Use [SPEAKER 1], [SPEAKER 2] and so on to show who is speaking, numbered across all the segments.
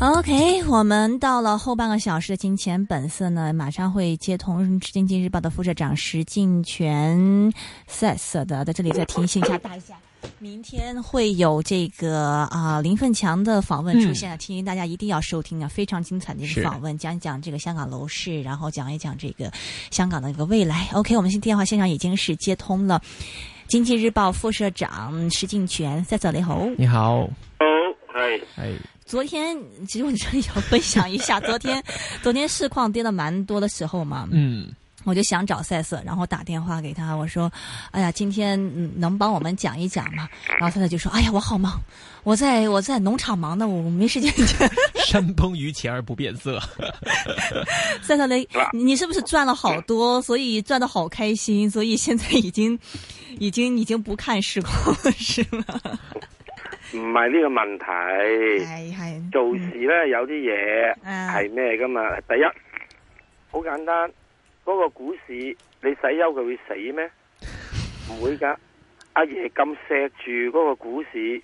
[SPEAKER 1] OK，我们到了后半个小时的金钱本色呢，马上会接通《经济日报》的副社长石进全 Seth 的，在这里再提醒一下大家，明天会有这个啊、林奋强的访问出现了，提醒大家一定要收听啊，非常精彩的一个
[SPEAKER 2] 是
[SPEAKER 1] 访问，讲一讲这个香港楼市，然后讲一讲这个香港的一个未来。OK，我们现电话线上已经是接通了。经济日报副社长石进全 Seth 你好。
[SPEAKER 2] 你好，
[SPEAKER 3] 好系
[SPEAKER 2] 系
[SPEAKER 1] 昨天，其实我这里要分享一下，昨天昨天市况跌了蛮多的时候嘛，
[SPEAKER 2] 嗯，
[SPEAKER 1] 我就想找赛瑟，然后打电话给他，我说：“哎呀，今天嗯能帮我们讲一讲吗？”然后赛瑟就说：“哎呀，我好忙，我在我在农场忙呢，我我没时间讲。”
[SPEAKER 2] 山崩于前而不变色。
[SPEAKER 1] 赛瑟雷，你你是不是赚了好多？所以赚的好开心，所以现在已经已经已经不看市况了，是吗？
[SPEAKER 3] 唔系呢个问题？
[SPEAKER 1] 哎呀，
[SPEAKER 3] 做事咧有啲嘢
[SPEAKER 1] 啊
[SPEAKER 3] 系咩噶嘛？第一，好简单，嗰、個个股市你使休佢会死咩？唔会噶，阿爷咁锡住嗰个股市，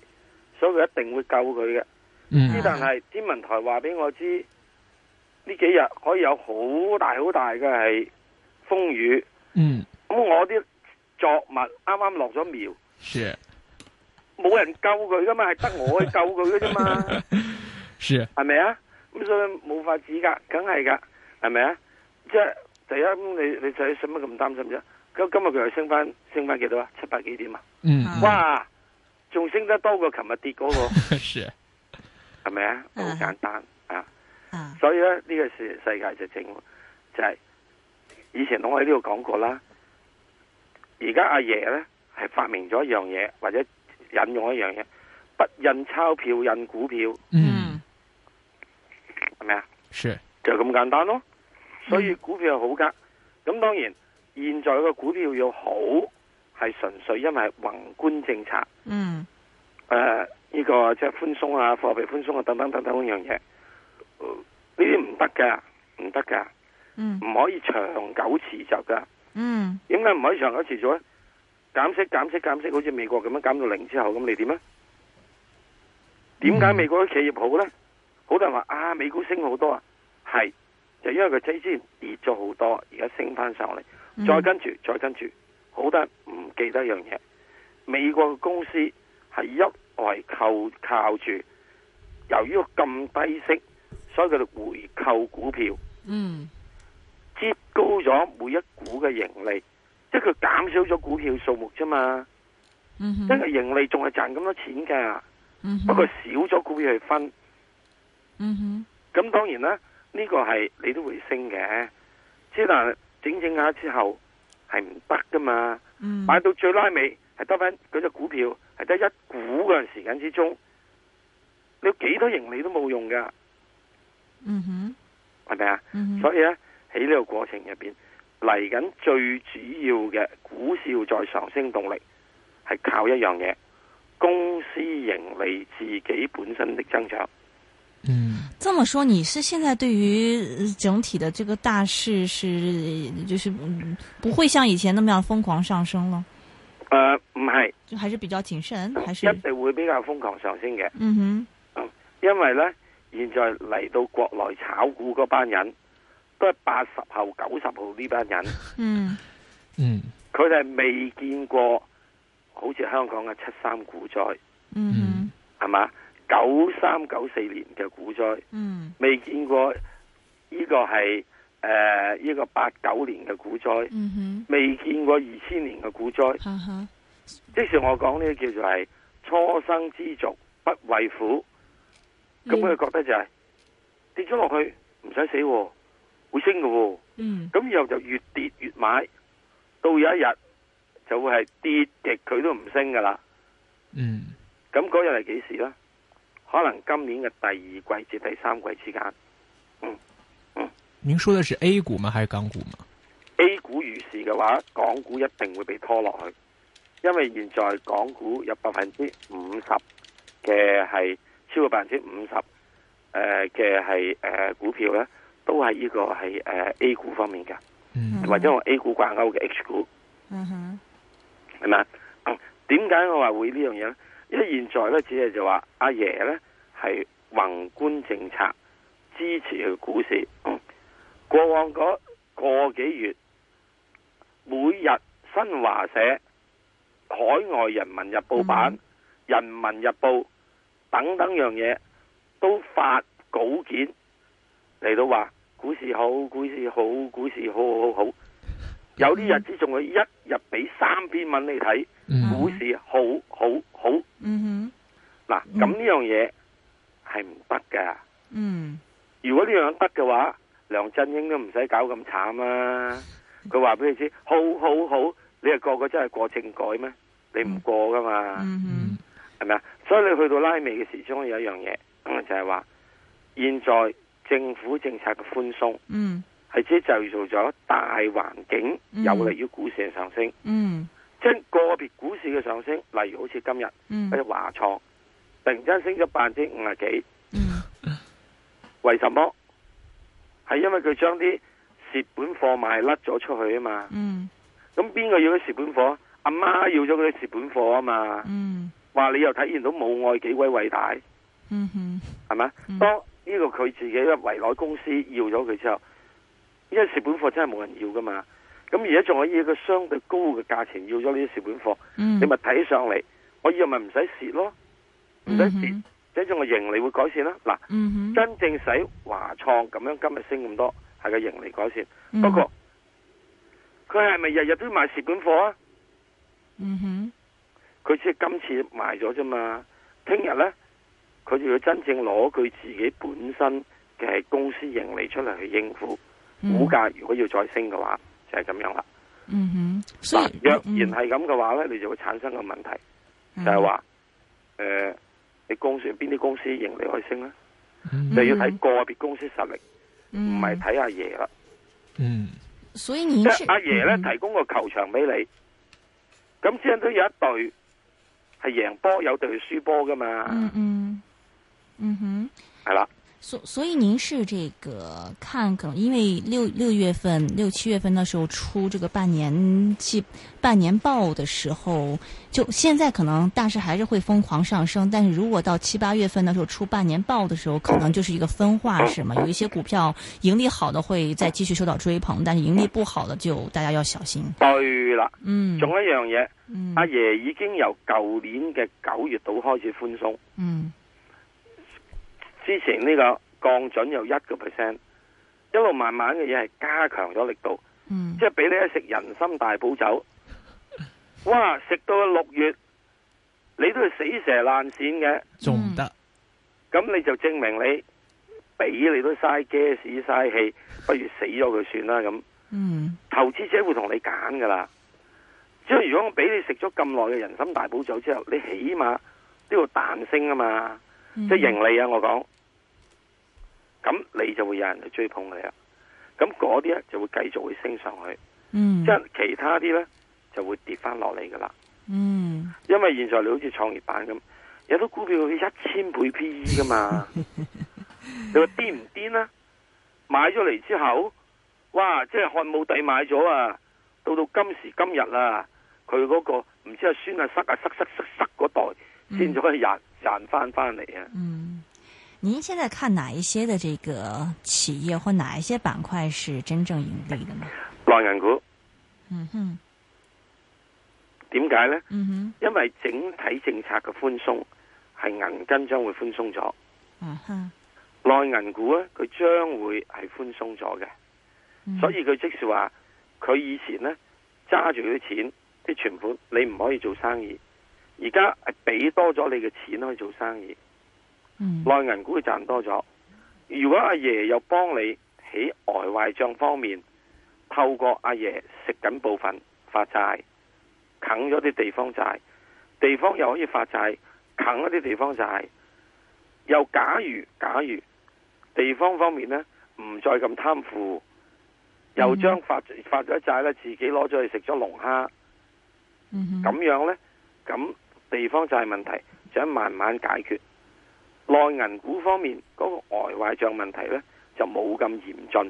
[SPEAKER 3] 所以佢一定会救佢嘅。
[SPEAKER 2] 嗯
[SPEAKER 3] 之但係天文台話俾我知，呢幾日可以有好大好大嘅係風雨。
[SPEAKER 2] 嗯，
[SPEAKER 3] 咁我啲作物啱啱落咗苗，
[SPEAKER 2] 是
[SPEAKER 3] 冇人救佢噶嘛，係得我去救佢嘅啫嘛，
[SPEAKER 2] 是，
[SPEAKER 3] 係咪啊？咁所以冇法子噶，梗係噶，係咪啊？即係第一，咁你你仔使乜咁擔心啫？咁今日佢又升翻升翻幾多啊？七百幾點啊？
[SPEAKER 2] 嗯，
[SPEAKER 1] 啊
[SPEAKER 3] 哇！仲升得多過琴日跌嗰、 個，
[SPEAKER 2] 嗯是
[SPEAKER 3] 係咪啊？好
[SPEAKER 1] 嗯
[SPEAKER 3] 簡單啊！
[SPEAKER 1] 啊，
[SPEAKER 3] 所以咧，呢、個世世界就正就係以前我喺呢度講過啦。而家阿爺咧係發明咗一樣嘢，或者引用一樣嘢，不印鈔票印股票，
[SPEAKER 2] 嗯
[SPEAKER 3] 係咪啊？
[SPEAKER 2] 是
[SPEAKER 3] 就咁簡單咯。所以股票係好噶。咁當然，現在嘅股票要好係純粹因為宏觀政策。
[SPEAKER 1] 嗯
[SPEAKER 3] 誒呢、個即係寬鬆啊、貨幣寬鬆啊等等等等嗰樣嘢，呃呢啲唔得㗎，唔得㗎，
[SPEAKER 1] 嗯
[SPEAKER 3] 唔可以長久持續㗎。
[SPEAKER 1] 嗯
[SPEAKER 3] 點解唔可以長久持續咧？啊減息、減息、減息，好似美國咁樣減到零之後，咁你點咧？點解美國啲企業好咧？好多人話啊，美股升好多啊，係就因為佢之前跌咗好多，而家升翻上嚟。
[SPEAKER 1] 嗯，
[SPEAKER 3] 再跟住，再跟住，好多人唔記得一樣嘢，美國嘅公司係一來靠靠住，由於咁低息，所以佢哋回購股票，
[SPEAKER 1] 嗯
[SPEAKER 3] 折高咗每一股嘅盈利，即係佢減少咗股票數目啫嘛，
[SPEAKER 1] 嗯哼
[SPEAKER 3] 因為盈利仲係賺咁多錢㗎，
[SPEAKER 1] 嗯哼
[SPEAKER 3] 不過少咗股票去分。
[SPEAKER 1] 嗯哼
[SPEAKER 3] 咁當然啦，呢、個係你都會升嘅，之但係整整下之後係唔得噶嘛。
[SPEAKER 1] 嗯
[SPEAKER 3] 買到最拉尾係得翻嗰只股票係得一股嗰陣時間之中，你有幾多盈利都冇用噶，
[SPEAKER 1] 嗯哼
[SPEAKER 3] 係咪啊？
[SPEAKER 1] 嗯哼
[SPEAKER 3] 所以咧喺呢個過程入邊，嚟緊最主要嘅股市要再上升動力係靠一樣嘢，公司盈利自己本身的增長。
[SPEAKER 2] 嗯
[SPEAKER 1] 这么说，你是现在对于呃整体的这个大势是就是嗯不会像以前那么样疯狂上升了，
[SPEAKER 3] 誒呃唔係，
[SPEAKER 1] 就还是比較谨慎，还是
[SPEAKER 3] 一定會比較瘋狂上升嘅，
[SPEAKER 1] 嗯哼
[SPEAKER 3] 因為呢，現在嚟到國內炒股嗰班人都係八十後、九十後呢班 人。
[SPEAKER 1] 嗯
[SPEAKER 2] 嗯
[SPEAKER 3] 佢哋係未見過好似香港嘅七三股災
[SPEAKER 1] 嗯哼
[SPEAKER 3] 係嘛？九三九四年嘅股災，
[SPEAKER 1] 嗯
[SPEAKER 3] 未見過呢個係誒呢個八九年嘅股災，
[SPEAKER 1] 嗯哼
[SPEAKER 3] 未見過二千年嘅股災。
[SPEAKER 1] 哈哈
[SPEAKER 3] 即使我講呢個叫做係初生之犢不畏虎，咁
[SPEAKER 1] 嗯
[SPEAKER 3] 佢覺得就係、跌咗落去唔使死喎，會升嘅喎。
[SPEAKER 1] 嗯
[SPEAKER 3] 咁以後就越跌越買，到有一日就會係跌極佢都唔升噶啦。
[SPEAKER 2] 嗯
[SPEAKER 3] 咁嗰日係幾時呢？可能今年嘅第二季至第三季之間
[SPEAKER 2] 您说的是 A 股吗？还是港股吗？
[SPEAKER 3] A 股如是嘅話，港股一定會被拖落去，因為現在港股有百分之五十嘅係超過百分之五十，誒嘅係誒股票咧，都係呢個係誒、呃 A 股方面嘅，
[SPEAKER 2] 嗯
[SPEAKER 1] 嗯
[SPEAKER 3] 或者用 A 股掛鈎嘅 H 股。
[SPEAKER 1] 嗯哼，
[SPEAKER 3] 係咪啊？嗯點解我話會呢樣嘢呢？因為現在呢，只係就話阿爺呢係宏觀政策支持佢股市。嗯過往嗰個幾月，每日新華社、海外人民日報版、人民日報等等樣嘢都發稿件嚟到話股市好，股市好，股市好好好好。有啲日子仲會一日俾三篇文你睇，
[SPEAKER 2] 嗯
[SPEAKER 3] 股市好好好
[SPEAKER 1] 嗯
[SPEAKER 3] 嗱，咁呢樣嘢係唔得噶。
[SPEAKER 1] 哼，嗯
[SPEAKER 3] 如果呢樣得嘅話，梁振英都唔使搞咁慘啦。佢話俾你 知，好好好，你係個個真係過政改咩？你唔過噶嘛，
[SPEAKER 1] 嗯
[SPEAKER 2] 嗯
[SPEAKER 3] 係咪啊？所以你去到拉尾嘅時鐘有一樣嘢，啊就係話現在政府政策嘅寬鬆
[SPEAKER 1] 哼，嗯
[SPEAKER 3] 係只就做咗大環境
[SPEAKER 1] 嗯
[SPEAKER 3] 有利於股市嘅上升。
[SPEAKER 1] 嗯
[SPEAKER 3] 即係個別股市嘅上升，例如好似今日
[SPEAKER 1] 嗯
[SPEAKER 3] 嗰只華創，突然間升咗百分之五十幾，
[SPEAKER 1] 嗯
[SPEAKER 3] 為什麼？係因為佢將啲蝕本貨賣甩咗出去啊嘛。
[SPEAKER 1] 嗯
[SPEAKER 3] 咁邊個要啲蝕本貨？阿媽要咗嗰啲蝕本貨啊嘛。
[SPEAKER 1] 嗯
[SPEAKER 3] 話你又體現到母愛幾鬼偉大，
[SPEAKER 1] 嗯哼，
[SPEAKER 3] 係咪？
[SPEAKER 1] 嗯
[SPEAKER 3] 當呢個佢自己嘅維內公司要咗佢之後，因為蝕本貨真係冇人要噶嘛。咁而家仲可以一個相對高嘅價錢要咗呢啲蝕本貨。
[SPEAKER 1] 嗯
[SPEAKER 3] 你咪睇上嚟，我以後咪唔使蝕咯，唔使蝕
[SPEAKER 1] 嗯，
[SPEAKER 3] 即係我盈利會改善啦。嗱，
[SPEAKER 1] 嗯哼，
[SPEAKER 3] 真正使華創咁樣今日升咁多，係個盈利改善。
[SPEAKER 1] 嗯
[SPEAKER 3] 不過佢係咪日日都賣蝕本貨啊？
[SPEAKER 1] 嗯哼，
[SPEAKER 3] 佢只係今次賣咗啫嘛，聽日呢，佢就要真正攞佢自己本身嘅公司盈利出嚟去應付
[SPEAKER 1] 嗯
[SPEAKER 3] 股價。如果要再升嘅話，就係咁樣啦。
[SPEAKER 1] 嗯哼，嗯所
[SPEAKER 3] 嗱
[SPEAKER 1] 以，
[SPEAKER 3] 若然係咁嘅話呢，你就會產生個問題。
[SPEAKER 1] 就
[SPEAKER 3] 就係話誒，你公司邊啲公司盈利可以升咧？
[SPEAKER 2] 嗯
[SPEAKER 3] 就要睇個別公司實力，唔
[SPEAKER 1] 唔
[SPEAKER 3] 係，睇阿爺啦。
[SPEAKER 1] 嗯
[SPEAKER 2] 嗯
[SPEAKER 1] 所以您
[SPEAKER 3] 即
[SPEAKER 1] 是
[SPEAKER 3] 係阿爺咧
[SPEAKER 1] 嗯
[SPEAKER 3] 提供個球場俾你，咁先都有一隊係贏波，有隊係輸波噶嘛
[SPEAKER 1] 嗯，嗯嗯哼。
[SPEAKER 3] 係啦。
[SPEAKER 1] 所所以您是这个看可能因为六六月份六七月份那时候出这个半年季半年报的时候，就现在可能大市还是会疯狂上升，但是如果到七八月份的时候出半年报的时候，可
[SPEAKER 3] 哦
[SPEAKER 1] 能就是一个分化式嘛，有一些股票盈利好的会再继续受到追捧，但是盈利不好的就大家要小心。
[SPEAKER 3] 對啦，
[SPEAKER 1] 嗯
[SPEAKER 3] 仲有一啊樣嘢，
[SPEAKER 1] 嗯
[SPEAKER 3] 阿爺已經由舊年嘅九月度開始寬鬆，
[SPEAKER 1] 嗯
[SPEAKER 3] 之前呢個降準有一個 percent，一路慢慢嘅嘢係加強咗力度。
[SPEAKER 1] 嗯
[SPEAKER 3] 即係俾你一食人參大 補酒，哇！食到六月，你都係死蛇爛鱔嘅，
[SPEAKER 2] 仲唔得？
[SPEAKER 3] 咁你就證明你俾你都嘥 gas 嘥氣，不如死咗佢算啦咁。
[SPEAKER 1] 嗯
[SPEAKER 3] 投資者會同你揀噶啦，即係如果我俾你食咗咁耐嘅人參大補酒之後，你起碼都要彈升啊嘛，
[SPEAKER 1] 嗯
[SPEAKER 3] 即係盈利啊！我講，咁你就會有人去追捧你啦，咁嗰啲咧就會繼續會升上去。
[SPEAKER 1] 嗯
[SPEAKER 3] 即係其他啲呢，就會跌翻落嚟噶啦。
[SPEAKER 1] 嗯
[SPEAKER 3] 因為現在你好似創業板咁，有啲股票佢一千倍 P E 噶嘛，你話癲唔癲啊？買咗嚟之後，哇！即係漢武帝買咗啊，到到今時今日啊，佢嗰、個唔知係酸啊塞啊塞塞塞塞嗰代，先至可以賺賺翻翻嚟啊！
[SPEAKER 1] 嗯，您现在看哪一些的这个企业或哪一些板块是真正盈利的呢？
[SPEAKER 3] 內銀股
[SPEAKER 1] 嗯哼，
[SPEAKER 3] 點解呢？
[SPEAKER 1] 嗯哼，
[SPEAKER 3] 因為整體政策嘅寬鬆係銀根將會寬鬆咗。
[SPEAKER 1] 嗯哼，
[SPEAKER 3] 內銀股咧，佢將會係寬鬆咗嘅，
[SPEAKER 1] 嗯
[SPEAKER 3] 所以佢即是話，佢以前呢揸住啲錢、啲存款，你唔可以做生意，而家係俾多咗你嘅錢可以做生意，
[SPEAKER 1] 嗯
[SPEAKER 3] 內銀股佢賺多咗。如果阿爺又幫你喺外壞帳方面，透過阿爺食緊部分發債，啃咗啲地方債，地方又可以發債，啃一啲地方債，又假如假如地方方面呢，唔再咁貪腐，又將發發咗債呢，自己攞咗去食咗龍蝦，
[SPEAKER 1] 嗯
[SPEAKER 3] 咁
[SPEAKER 1] 哼，
[SPEAKER 3] 樣呢，咁地方債問題就慢慢解決。內銀股方面嗰、個外壞帳問題呢，就冇咁嚴峻。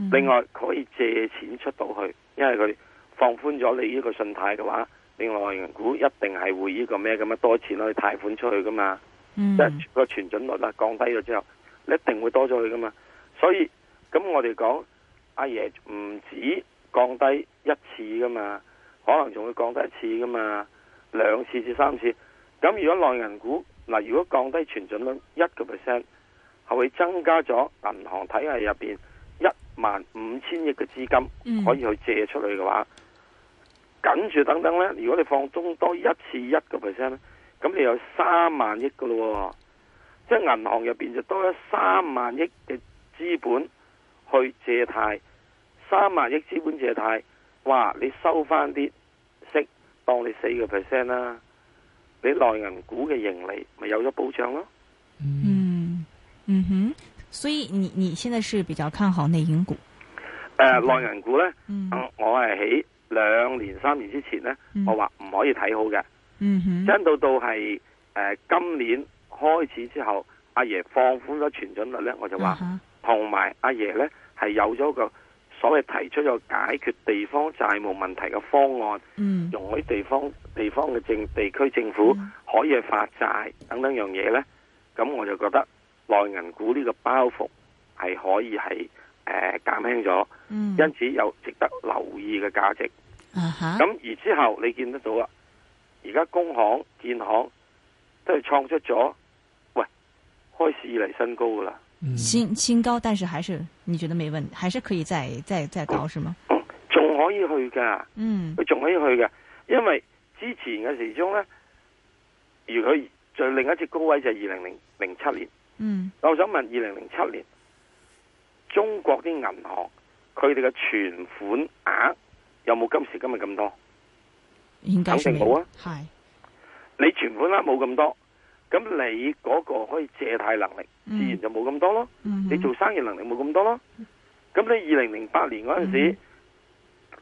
[SPEAKER 1] 嗯
[SPEAKER 3] 另外可以借錢出到去，因為佢放寬咗你呢個信貸嘅話，另外銀股一定係會呢個咩咁啊多錢去貸款出去噶嘛，
[SPEAKER 1] 嗯
[SPEAKER 3] 即係個存準率啊降低咗之後，你一定會多咗去噶嘛。所以咁我哋講阿爺唔止降低一次噶嘛，可能仲會降低一次噶嘛，兩次至三次。咁如果內銀股嗱，如果降低存準率一個 percent，係會增加咗銀行體系入邊一萬五千億嘅資金。
[SPEAKER 1] 嗯
[SPEAKER 3] 可以去借出去嘅話，跟住等等呢，如果你放中多一次一個 percent 咧，咁你有三萬億噶咯喎，即係銀行入邊就多咗三萬億嘅資本去借貸，三萬億資本借貸，哇！你收翻啲息，當你四個 percent 啦，你內銀股嘅盈利咪有咗保障咯。
[SPEAKER 2] 嗯
[SPEAKER 1] 嗯嗯哼，所以你你现在是比较看好内银股，
[SPEAKER 3] 誒、內銀股呢，
[SPEAKER 1] 嗯
[SPEAKER 3] 我係喺兩年三年之前呢，
[SPEAKER 1] 嗯
[SPEAKER 3] 啊我話唔可以睇好嘅。
[SPEAKER 1] 嗯哼，
[SPEAKER 3] 真到到係誒今年開始之後，阿爺放寬咗存準率咧，我就
[SPEAKER 1] 啊
[SPEAKER 3] 話，
[SPEAKER 1] 哈
[SPEAKER 3] 同埋阿爺咧係有咗個所謂提出咗解決地方債務問題嘅方案，
[SPEAKER 1] 嗯
[SPEAKER 3] 容許地方地方嘅政地區政府
[SPEAKER 1] 嗯
[SPEAKER 3] 可以去發債等等樣嘢咧，咁我就覺得內銀股呢個包袱係可以係誒、呃、減輕咗，
[SPEAKER 1] 嗯
[SPEAKER 3] 因此有值得留意嘅價值。
[SPEAKER 1] 啊哈，
[SPEAKER 3] 咁而之後你見得到啦，而家工行、建行都係創出咗，喂，開市以嚟新高噶啦。
[SPEAKER 2] 嗯
[SPEAKER 1] 新新高，但是还是你觉得没问，还是可以再再再高是吗？
[SPEAKER 3] 仲可以去噶，
[SPEAKER 1] 嗯
[SPEAKER 3] 佢仲可以去嘅，因為之前嘅時鐘呢，而佢最另一隻高位就係二零零零七年。
[SPEAKER 1] 嗯
[SPEAKER 3] 我想問二零零七年中國啲銀行佢哋嘅存款額有冇今時今日咁多？
[SPEAKER 1] 应该是
[SPEAKER 3] 肯定冇啊
[SPEAKER 1] 嗨，
[SPEAKER 3] 你存款額冇咁多，咁你嗰個可以借貸能力自然
[SPEAKER 1] 嗯
[SPEAKER 3] 就冇咁多咯。
[SPEAKER 1] 嗯哼，
[SPEAKER 3] 你做生意能力冇咁多咯。咁你二零零八年嗰阵时，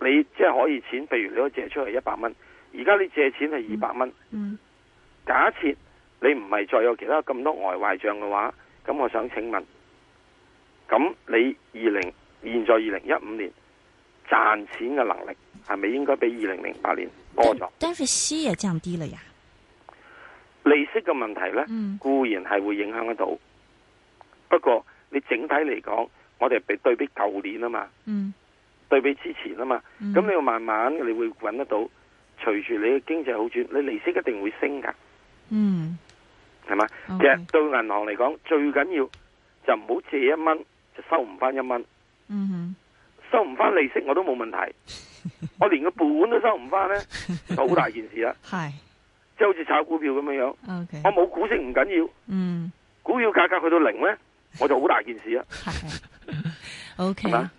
[SPEAKER 3] 你即係可以錢，譬如你可以借出嚟一百蚊，而家你借錢係二百蚊。
[SPEAKER 1] 嗯
[SPEAKER 3] 假設你唔係再有其他咁多外壞帳嘅話，咁我想請問，咁你二零現在二零一五年賺錢嘅能力係咪應該比二零零八年多咗
[SPEAKER 1] 但？但是息也降低了呀，
[SPEAKER 3] 利息嘅問題呢，
[SPEAKER 1] 嗯
[SPEAKER 3] 固然係會影響得到，不過你整體嚟講，我哋比對比舊年啊嘛，
[SPEAKER 1] 嗯
[SPEAKER 3] 對比之前啊嘛。
[SPEAKER 1] 嗯
[SPEAKER 3] 咁你要慢慢你會揾得到，隨住你嘅經濟好轉，你利息一定會升㗎，
[SPEAKER 1] 嗯
[SPEAKER 3] 係嘛？
[SPEAKER 1] OK
[SPEAKER 3] 其實對銀行嚟講，最緊要就唔好借一蚊就收唔翻一蚊，
[SPEAKER 1] 嗯哼
[SPEAKER 3] 收唔翻利息我都冇問題，我連個本都收唔翻呢，就好大件事啦，
[SPEAKER 1] 嗨
[SPEAKER 3] 即係好似炒股票咁樣樣，
[SPEAKER 1] 嗯，OK，
[SPEAKER 3] 我冇股息唔緊要，
[SPEAKER 1] 嗯。
[SPEAKER 3] 股票價格去到零呢，我就好大件事啦。
[SPEAKER 1] 嗨 OK，
[SPEAKER 3] 好吧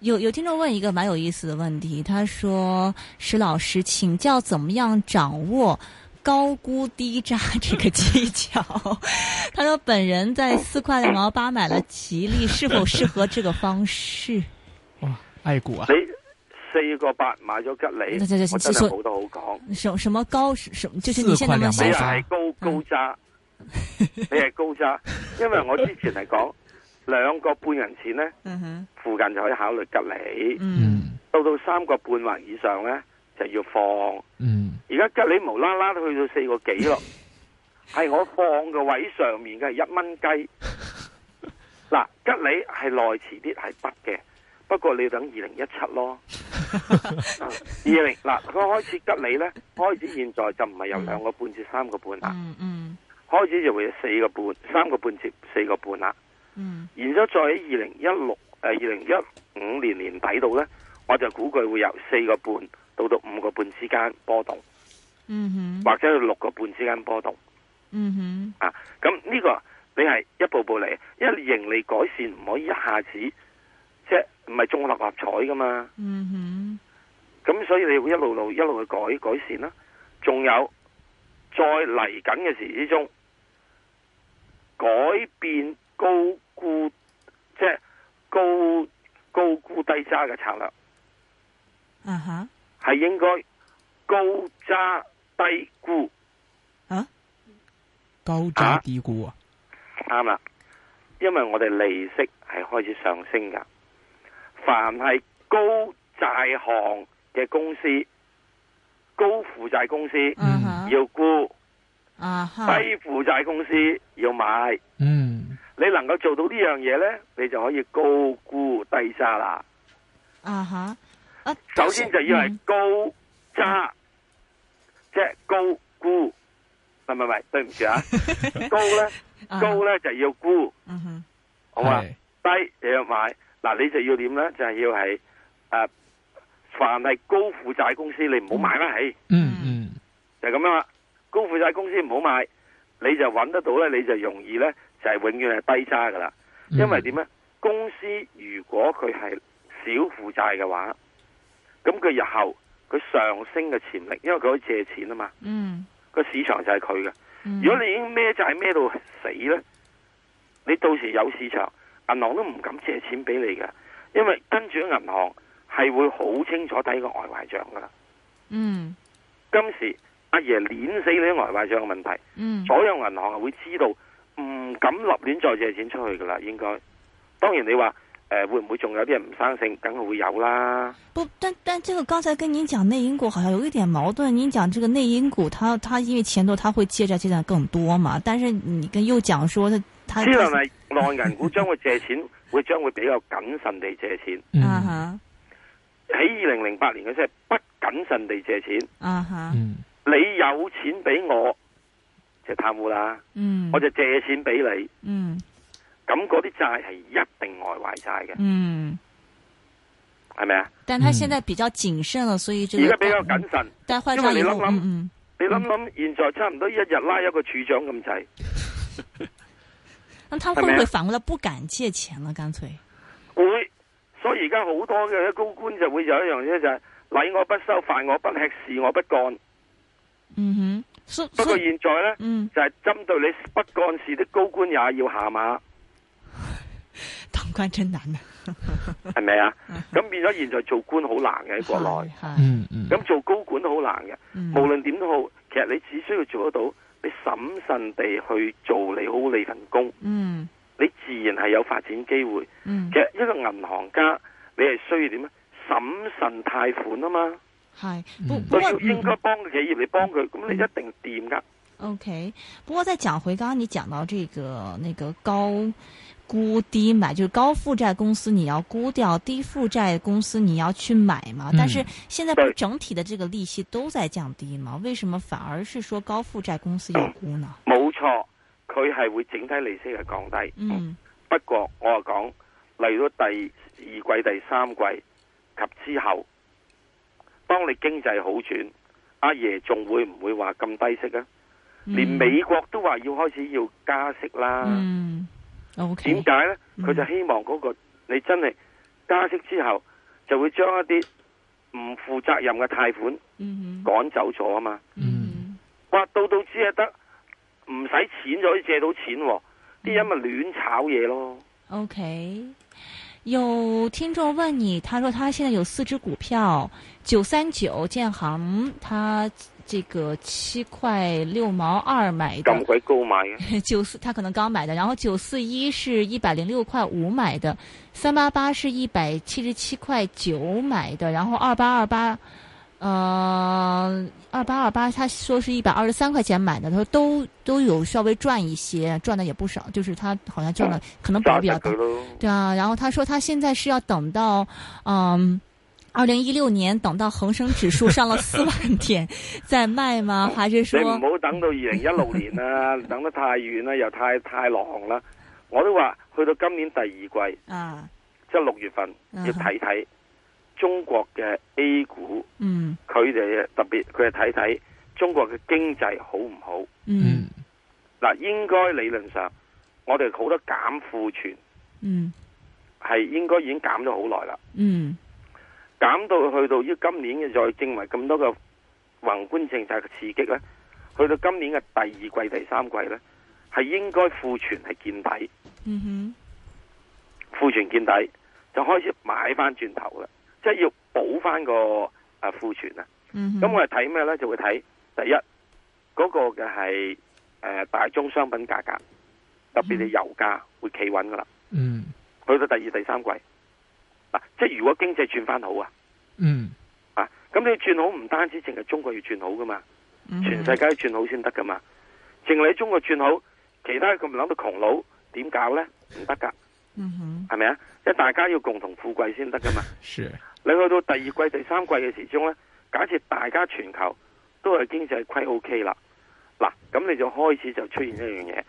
[SPEAKER 1] 有有听众问一个蛮有意思的问题，他说：“石老师，请教怎么样掌握高估低渣这个技巧？” 他说：“本人在四块两毛八买了吉利，是否适合这个方式
[SPEAKER 2] 哇，爱股啊，
[SPEAKER 3] 你四個八買咗吉利，
[SPEAKER 1] 對對對
[SPEAKER 3] 我真
[SPEAKER 1] 其實
[SPEAKER 3] 係冇得好講。？”
[SPEAKER 1] 什什么高什么就是你现在能
[SPEAKER 2] 4.2
[SPEAKER 3] 你
[SPEAKER 2] 毛
[SPEAKER 1] 想
[SPEAKER 2] 八
[SPEAKER 3] 係高高揸，你係高揸，因為我之前係講兩個半人錢呢，
[SPEAKER 1] 嗯哼，
[SPEAKER 3] 附近就可以考慮吉利，
[SPEAKER 1] 嗯
[SPEAKER 2] 嗯
[SPEAKER 3] 到到三個半或以上呢，就要放。
[SPEAKER 2] 嗯
[SPEAKER 3] 而家吉利無啦啦都去到四個幾咯，係我放嘅位上面嘅係一蚊雞。嗱，吉利係內遲啲係得嘅，不過你要等二零一七咯。二零嗱，佢開始吉利呢，開始現在就唔係由兩個半至三個半啦。
[SPEAKER 1] 嗯嗯
[SPEAKER 3] 開始就會有四個半、三個半至四個半啦。
[SPEAKER 1] 嗯
[SPEAKER 3] 然之後再喺二零一六誒呃二零一五年年底度呢，我就估計會由四個半到到五個半之間波動，
[SPEAKER 1] 嗯哼，
[SPEAKER 3] 或者去六個半之間波動
[SPEAKER 1] 嗯哼，
[SPEAKER 3] 啊。咁呢個你係一步步嚟，因為盈利改善唔可以一下子即係唔係中六合彩噶嘛。
[SPEAKER 1] 嗯哼，
[SPEAKER 3] 咁所以你會一路路一路去改改善啦。仲有再嚟緊嘅時之中，改變高估即係高高估低揸嘅策略，
[SPEAKER 1] 啊哈
[SPEAKER 3] 係應該高揸低估，
[SPEAKER 1] 啊，
[SPEAKER 2] 高揸低估啊，
[SPEAKER 3] 啱啦。因為我哋利息係開始上升噶，凡係高債項嘅公司、
[SPEAKER 2] 啊
[SPEAKER 3] 高負債公司
[SPEAKER 1] 嗯哼，
[SPEAKER 3] 要沽，
[SPEAKER 1] 啊
[SPEAKER 3] 低
[SPEAKER 1] 哈，
[SPEAKER 3] 負債公司要買。
[SPEAKER 2] 嗯，
[SPEAKER 3] 你能夠做到呢樣嘢呢，你就可以高估低揸啦。
[SPEAKER 1] 啊哈，啊，
[SPEAKER 3] 首先就要係高揸，即係高估，唔係唔係唔係，對唔住啊，高呢，
[SPEAKER 1] 嗯
[SPEAKER 3] 高，呢就要估，
[SPEAKER 1] 啊嗯哼，
[SPEAKER 3] 好嘛？
[SPEAKER 2] 係
[SPEAKER 3] 低你要買，嗱你就要點呢？就係、要係誒、呃凡係高負債公司你唔好買啦，係
[SPEAKER 2] 嗯嗯
[SPEAKER 3] 就係咁樣啦。高負債公司唔好買，你就揾得到呢，你就容易呢，就係、永遠係低揸噶啦。
[SPEAKER 2] 嗯，
[SPEAKER 3] 因為點咧？公司如果佢係少負債嘅話，咁佢日後佢上升嘅潛力，因為佢可以借錢啊嘛，
[SPEAKER 1] 嗯，
[SPEAKER 3] 個市場就係佢嘅。
[SPEAKER 1] 嗯
[SPEAKER 3] 如果你已經孭債孭到死咧，你到時有市場，銀行都唔敢借錢俾你嘅，因為跟住銀行係會好清楚睇個外壞帳噶啦。
[SPEAKER 1] 嗯
[SPEAKER 3] 今時阿爺碾死你啲外壞帳嘅問題，
[SPEAKER 1] 嗯
[SPEAKER 3] 所有銀行係啊會知道唔敢立亂再借錢出去噶啦，應該。當然你話誒、呃、會唔會仲有啲人唔生性，梗係會有啦。
[SPEAKER 1] 不，但但这个刚才跟您讲内因股好像有一点矛盾。您讲这个内因股，它它因为钱多，它会借债借的更多嘛。但是你跟又讲说它它
[SPEAKER 3] 之但係內銀股將會借錢， 會將會比較謹慎地借錢。
[SPEAKER 2] 嗯
[SPEAKER 1] 啊哈
[SPEAKER 3] 喺二零零八年嗰陣係不謹慎地借錢，
[SPEAKER 1] 啊哈
[SPEAKER 2] 嗯
[SPEAKER 3] 你有錢俾我就貪污啦，
[SPEAKER 1] 嗯
[SPEAKER 3] 我就借錢俾你，
[SPEAKER 1] 嗯
[SPEAKER 3] 咁嗰啲債係一定外壞債嘅，
[SPEAKER 1] 嗯，
[SPEAKER 3] 係咪啊？
[SPEAKER 1] 但他现在比较谨慎了，所以这
[SPEAKER 3] 而
[SPEAKER 1] 个嗯
[SPEAKER 3] 家比較謹慎，
[SPEAKER 1] 但坏
[SPEAKER 3] 因
[SPEAKER 1] 账
[SPEAKER 3] 為
[SPEAKER 1] 以
[SPEAKER 3] 你
[SPEAKER 1] 后
[SPEAKER 3] 諗諗
[SPEAKER 1] 嗯嗯，
[SPEAKER 3] 你諗諗，現在差唔多一日拉一個處長咁滯。
[SPEAKER 1] 那他会不
[SPEAKER 3] 係咪
[SPEAKER 1] 会
[SPEAKER 3] 啊
[SPEAKER 1] 反过来不敢借钱了？干脆
[SPEAKER 3] 會，所以而家好多嘅高官就會有一樣嘢就係、禮我不收，飯我不吃，事我不 幹。
[SPEAKER 1] 嗯哼，所
[SPEAKER 3] 不過
[SPEAKER 1] 所以
[SPEAKER 3] 現在呢，
[SPEAKER 1] 嗯，
[SPEAKER 3] 就係、針對你不幹事的高官也要下馬，
[SPEAKER 1] 当官真难呐，啊
[SPEAKER 3] 係咪啊？
[SPEAKER 1] 嗯
[SPEAKER 3] 咁變咗現在做官好難嘅喺國內，
[SPEAKER 1] 嗨嗨
[SPEAKER 2] 嗯嗯，
[SPEAKER 3] 咁做高管都好難嘅。
[SPEAKER 1] 嗯
[SPEAKER 3] 無論點都好，其實你只需要做得到，你審慎地去做你好你份工，
[SPEAKER 1] 嗯
[SPEAKER 3] 你自然係有發展機會。
[SPEAKER 1] 嗯
[SPEAKER 3] 其，實一個銀行家，你係需要點咧？審慎貸款啊嘛，
[SPEAKER 1] 嗨，不
[SPEAKER 2] 嗯
[SPEAKER 1] 不嗯
[SPEAKER 3] 都
[SPEAKER 1] 过
[SPEAKER 3] 要應
[SPEAKER 1] 嗯
[SPEAKER 3] 該幫企業，你幫佢，咁你一定掂噶。
[SPEAKER 1] OK，不过再讲回刚刚你讲到这个那个高估低买，就是高负债公司你要估掉，低负债公司你要去买嘛。
[SPEAKER 2] 嗯
[SPEAKER 1] 但是现在不是
[SPEAKER 3] 对
[SPEAKER 1] 整体的这个利息都在降低嘛？为什么反而是说高负债公司要估呢？
[SPEAKER 3] 冇錯，佢係會整體利息係降低。
[SPEAKER 1] 嗯
[SPEAKER 3] 不過我又講，嚟到第二季、第三季及之後，當你經濟好轉，阿爺仲會唔會話咁低息啊？
[SPEAKER 1] 嗯
[SPEAKER 3] 連美國都話要開始要加息啦。
[SPEAKER 1] 嗯
[SPEAKER 3] 點
[SPEAKER 1] OK
[SPEAKER 3] 解呢？
[SPEAKER 1] 嗯
[SPEAKER 3] 佢就希望嗰、個你真係加息之後，就會將一啲唔負責任嘅貸款
[SPEAKER 1] 嗯哼
[SPEAKER 3] 趕走咗啊嘛。
[SPEAKER 1] 嗯
[SPEAKER 3] 哇，到到只係得唔使錢就可以借到錢喎，啲人咪亂炒嘢咯。
[SPEAKER 1] OK。有听众问你，他说他现在有四只股票，九三九建行，他这个七块六毛二买的
[SPEAKER 3] 咁，鬼高買 嘅，
[SPEAKER 1] 九四，他可能刚买的，然后九四一是一百零六块五买的，三八八是一百七十七块九买的，然后二八二八，呃，二八二八，他说是一百二十三块钱买的，他说都都有稍微赚一些，赚的也不少，就是他好像赚了，可能比
[SPEAKER 3] 揸
[SPEAKER 1] 比
[SPEAKER 3] 實
[SPEAKER 1] 较大
[SPEAKER 3] 佢，咯。
[SPEAKER 1] 对啊，然后他说他现在是要等到，嗯。二零一六年等到恒生指数上了四万点再卖吗？还是
[SPEAKER 3] 你
[SPEAKER 1] 说
[SPEAKER 3] 唔好等到二零一六年啦，等得太遠啦，又太太狼啦。我都話去到今年第二季，
[SPEAKER 1] 啊？
[SPEAKER 3] 即係六月份，
[SPEAKER 1] 嗯
[SPEAKER 3] 要睇睇中國嘅 A 股，
[SPEAKER 1] 嗯
[SPEAKER 3] 佢哋特別佢係睇睇中國嘅經濟好唔好。
[SPEAKER 1] 嗯
[SPEAKER 2] 嗯
[SPEAKER 3] 嗱，應該理論上，我哋好多減庫存
[SPEAKER 1] 嗯
[SPEAKER 3] 係應該已經減咗好耐啦。
[SPEAKER 1] 嗯
[SPEAKER 3] 減到去到依今年嘅再正為咁多嘅宏觀政策嘅刺激呢，去到今年嘅第二季、第三季呢，係應該庫存係見底，
[SPEAKER 1] 嗯哼，
[SPEAKER 3] 庫存見底就開始買翻轉頭啦，即係要補翻個啊庫存啊。
[SPEAKER 1] 嗯哼，
[SPEAKER 3] 咁我哋睇咩呢？就會睇第一嗰、個嘅係誒大宗商品價格，特別係油價會企穩噶啦。
[SPEAKER 2] 嗯
[SPEAKER 3] 去到第二、第三季，嗱，即係如果經濟轉翻好啊，
[SPEAKER 2] 嗯
[SPEAKER 3] 啊，咁你轉好唔單止淨係中國要轉好噶嘛，
[SPEAKER 1] 嗯哼
[SPEAKER 3] 全世界都轉好先得噶嘛，淨係你中國轉好，其他咁諗到窮佬點搞呢？唔得噶，
[SPEAKER 1] 嗯哼，
[SPEAKER 3] 係咪啊？即係大家要共同富貴先得噶嘛。
[SPEAKER 2] 是，
[SPEAKER 3] 你去到第二季、第三季嘅時鐘呢，假設大家全球都係經濟虧 O K 啦，嗱，咁你就開始就出現一樣嘢，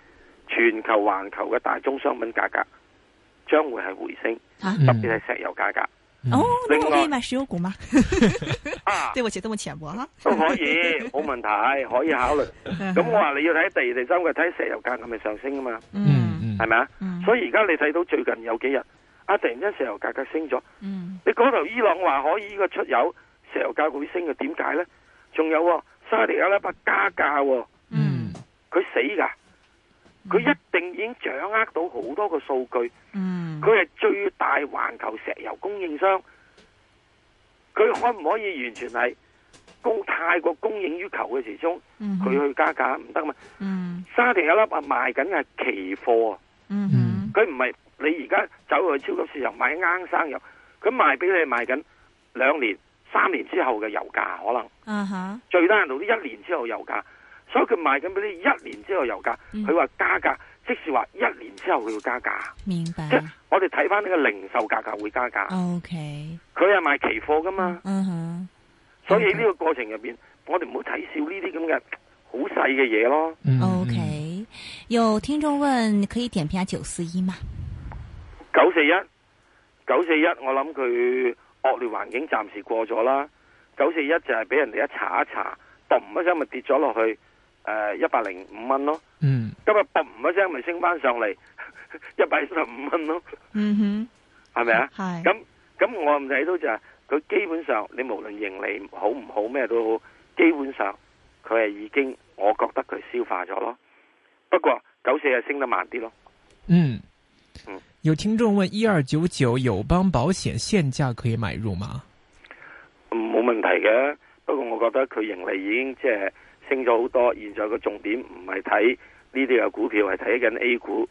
[SPEAKER 3] 全球環球嘅大宗商品價格將會係回升，
[SPEAKER 1] 啊，
[SPEAKER 3] 特別係石油價格。
[SPEAKER 2] 嗯
[SPEAKER 1] 哦，那
[SPEAKER 3] 另
[SPEAKER 1] 我可以
[SPEAKER 3] 外
[SPEAKER 1] 买石油股吗？
[SPEAKER 3] 啊，
[SPEAKER 1] 对我写这么浅薄哈，
[SPEAKER 3] 都可以，冇問題，可以考慮。 咁我話你要睇第二、第三季睇石油價係咪上升啊嘛，
[SPEAKER 1] 嗯
[SPEAKER 2] 嗯
[SPEAKER 3] 係咪啊？
[SPEAKER 1] 嗯，
[SPEAKER 3] 所以而家你睇到最近有幾日啊，突然間石油價格升咗，
[SPEAKER 1] 嗯
[SPEAKER 3] 你嗰頭伊朗話可以呢個出油，石油價會升嘅，點解呢？仲有、喎，沙地阿拉伯加價、喎，
[SPEAKER 1] 嗯
[SPEAKER 3] 佢死㗎，佢一定已經掌握到好多個數據，
[SPEAKER 1] 嗯
[SPEAKER 3] 佢係最大環球石油供應商，佢可唔可以完全係供太過供應於求嘅時鐘？
[SPEAKER 1] 嗯
[SPEAKER 3] 佢去加價唔得嘛？
[SPEAKER 1] 嗯
[SPEAKER 3] 沙地有粒啊賣緊嘅期貨啊，
[SPEAKER 1] 嗯
[SPEAKER 2] 嗯
[SPEAKER 1] 哼
[SPEAKER 3] 佢唔係你而家走去超級市場買啱生油，佢賣俾你係賣緊兩年、三年之後嘅油價，可能
[SPEAKER 1] 啊哈，
[SPEAKER 3] 最低限度都一年之後油價，所以佢賣緊俾你一年之後油價，
[SPEAKER 1] 嗯
[SPEAKER 3] 佢話加價，即是話一年之後佢要加價。
[SPEAKER 1] 明白
[SPEAKER 3] 即係我哋睇翻呢個零售價格會加價，
[SPEAKER 1] 嗯，OK，
[SPEAKER 3] 佢係賣期貨噶嘛，
[SPEAKER 1] 嗯哼，
[SPEAKER 3] 所以呢個過程入邊，我哋唔好睇少呢啲咁嘅好細嘅嘢咯。
[SPEAKER 2] 嗯
[SPEAKER 1] OK，有听众问可以点评下九四一吗？
[SPEAKER 3] 九四一，九四一，我諗佢惡劣環境暫時過咗啦。九四一就係俾人哋一查一查，嘣一聲咪跌咗落去，誒一百零五蚊咯。
[SPEAKER 2] 嗯
[SPEAKER 3] 今日嘣一聲咪升翻上嚟， 一百一十五蚊咯，
[SPEAKER 1] 嗯
[SPEAKER 3] 係咪啊？
[SPEAKER 1] 哼，系，
[SPEAKER 3] 咁咁我唔睇到就係、佢基本上你無論盈利好唔好咩都好，基本上佢係已經，我覺得佢消化咗咯。不過九四係升得慢啲咯。
[SPEAKER 2] 嗯
[SPEAKER 3] 嗯，
[SPEAKER 2] 有听众问：一二九九友邦保险现价可以买入吗？
[SPEAKER 3] 嗯冇問題嘅，不過我覺得佢盈利已經即係升咗好多。現在個重點唔係睇呢啲嘅股票，係睇緊 A 股，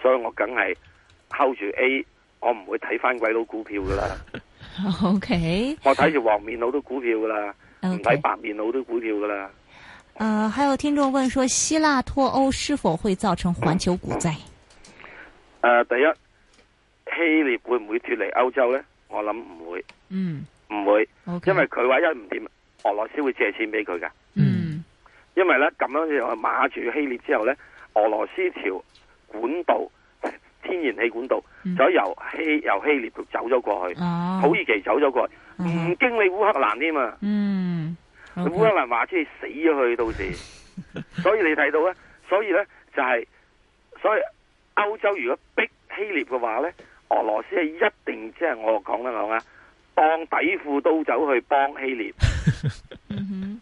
[SPEAKER 3] 所以我梗係 hold 住 A，我唔會睇翻鬼佬股票 噶啦。
[SPEAKER 1] OK
[SPEAKER 3] 我睇住黃面佬啲股票噶啦，唔睇
[SPEAKER 1] OK，
[SPEAKER 3] 白面佬啲股票噶啦。
[SPEAKER 1] 呃，还有听众问说，希腊脱欧是否会造成环球股灾？
[SPEAKER 3] 誒、呃第一，希臘會唔會脱離歐洲呢？我諗唔會，
[SPEAKER 1] 嗯
[SPEAKER 3] 唔會，
[SPEAKER 1] ，OK，
[SPEAKER 3] 因為佢話一唔掂，俄羅斯會借錢俾佢噶。
[SPEAKER 1] 嗯
[SPEAKER 3] 因為咧咁樣就馬住希臘之後咧，俄羅斯條管道天然氣管道
[SPEAKER 1] 嗯
[SPEAKER 3] 就由希由希臘度走咗過
[SPEAKER 2] 嗯
[SPEAKER 3] 去，
[SPEAKER 1] 哦，
[SPEAKER 3] 土耳其走咗過去，
[SPEAKER 1] 嗯
[SPEAKER 3] 唔
[SPEAKER 1] 哼
[SPEAKER 3] 經你烏克蘭添啊！
[SPEAKER 1] 嗯
[SPEAKER 3] 烏
[SPEAKER 1] ，OK，
[SPEAKER 3] 克蘭話知你死咗佢 到時，所以你睇到咧，所以咧就係、所以歐洲如果逼希臘嘅話咧，俄羅斯係一定即係我講得講啊，當底褲都走去幫希臘。
[SPEAKER 1] 嗯哼。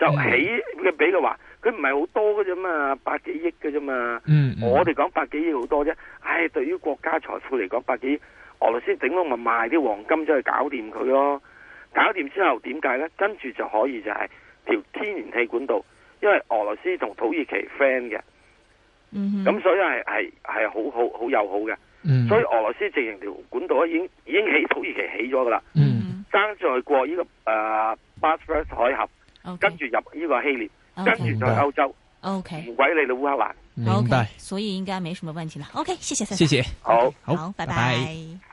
[SPEAKER 3] 就
[SPEAKER 2] 嗯
[SPEAKER 3] 起嘅俾佢話，佢唔係好多嘅啫嘛，百幾億嘅啫嘛。
[SPEAKER 2] 嗯，嗯
[SPEAKER 3] 我哋講百幾億好多啫，唉，對於國家財富嚟講，百幾億，俄羅斯頂多咪賣啲黃金出去搞掂佢咯。搞掂之後點解呢？跟住就可以就係條天然氣管道，因為俄羅斯同土耳其 friend 嘅，
[SPEAKER 1] 嗯
[SPEAKER 3] 咁所以係係係好好好友好嘅。
[SPEAKER 2] 嗯
[SPEAKER 3] 所以俄羅斯直情條管道已經已經起土耳其起咗噶啦，
[SPEAKER 2] 嗯
[SPEAKER 3] 爭在過呢、個誒巴斯克海峽，
[SPEAKER 1] 哼，
[SPEAKER 3] 跟住入呢個希臘，跟住就去
[SPEAKER 2] 哦明白
[SPEAKER 3] 歐洲。
[SPEAKER 1] OK
[SPEAKER 3] 唔鬼理你烏克蘭。
[SPEAKER 2] 明
[SPEAKER 1] OK，
[SPEAKER 2] 白，
[SPEAKER 1] 所以应该没什么问题了。OK，谢谢，
[SPEAKER 2] 谢。谢。
[SPEAKER 3] 好。
[SPEAKER 1] 好，拜
[SPEAKER 2] 拜拜
[SPEAKER 1] 拜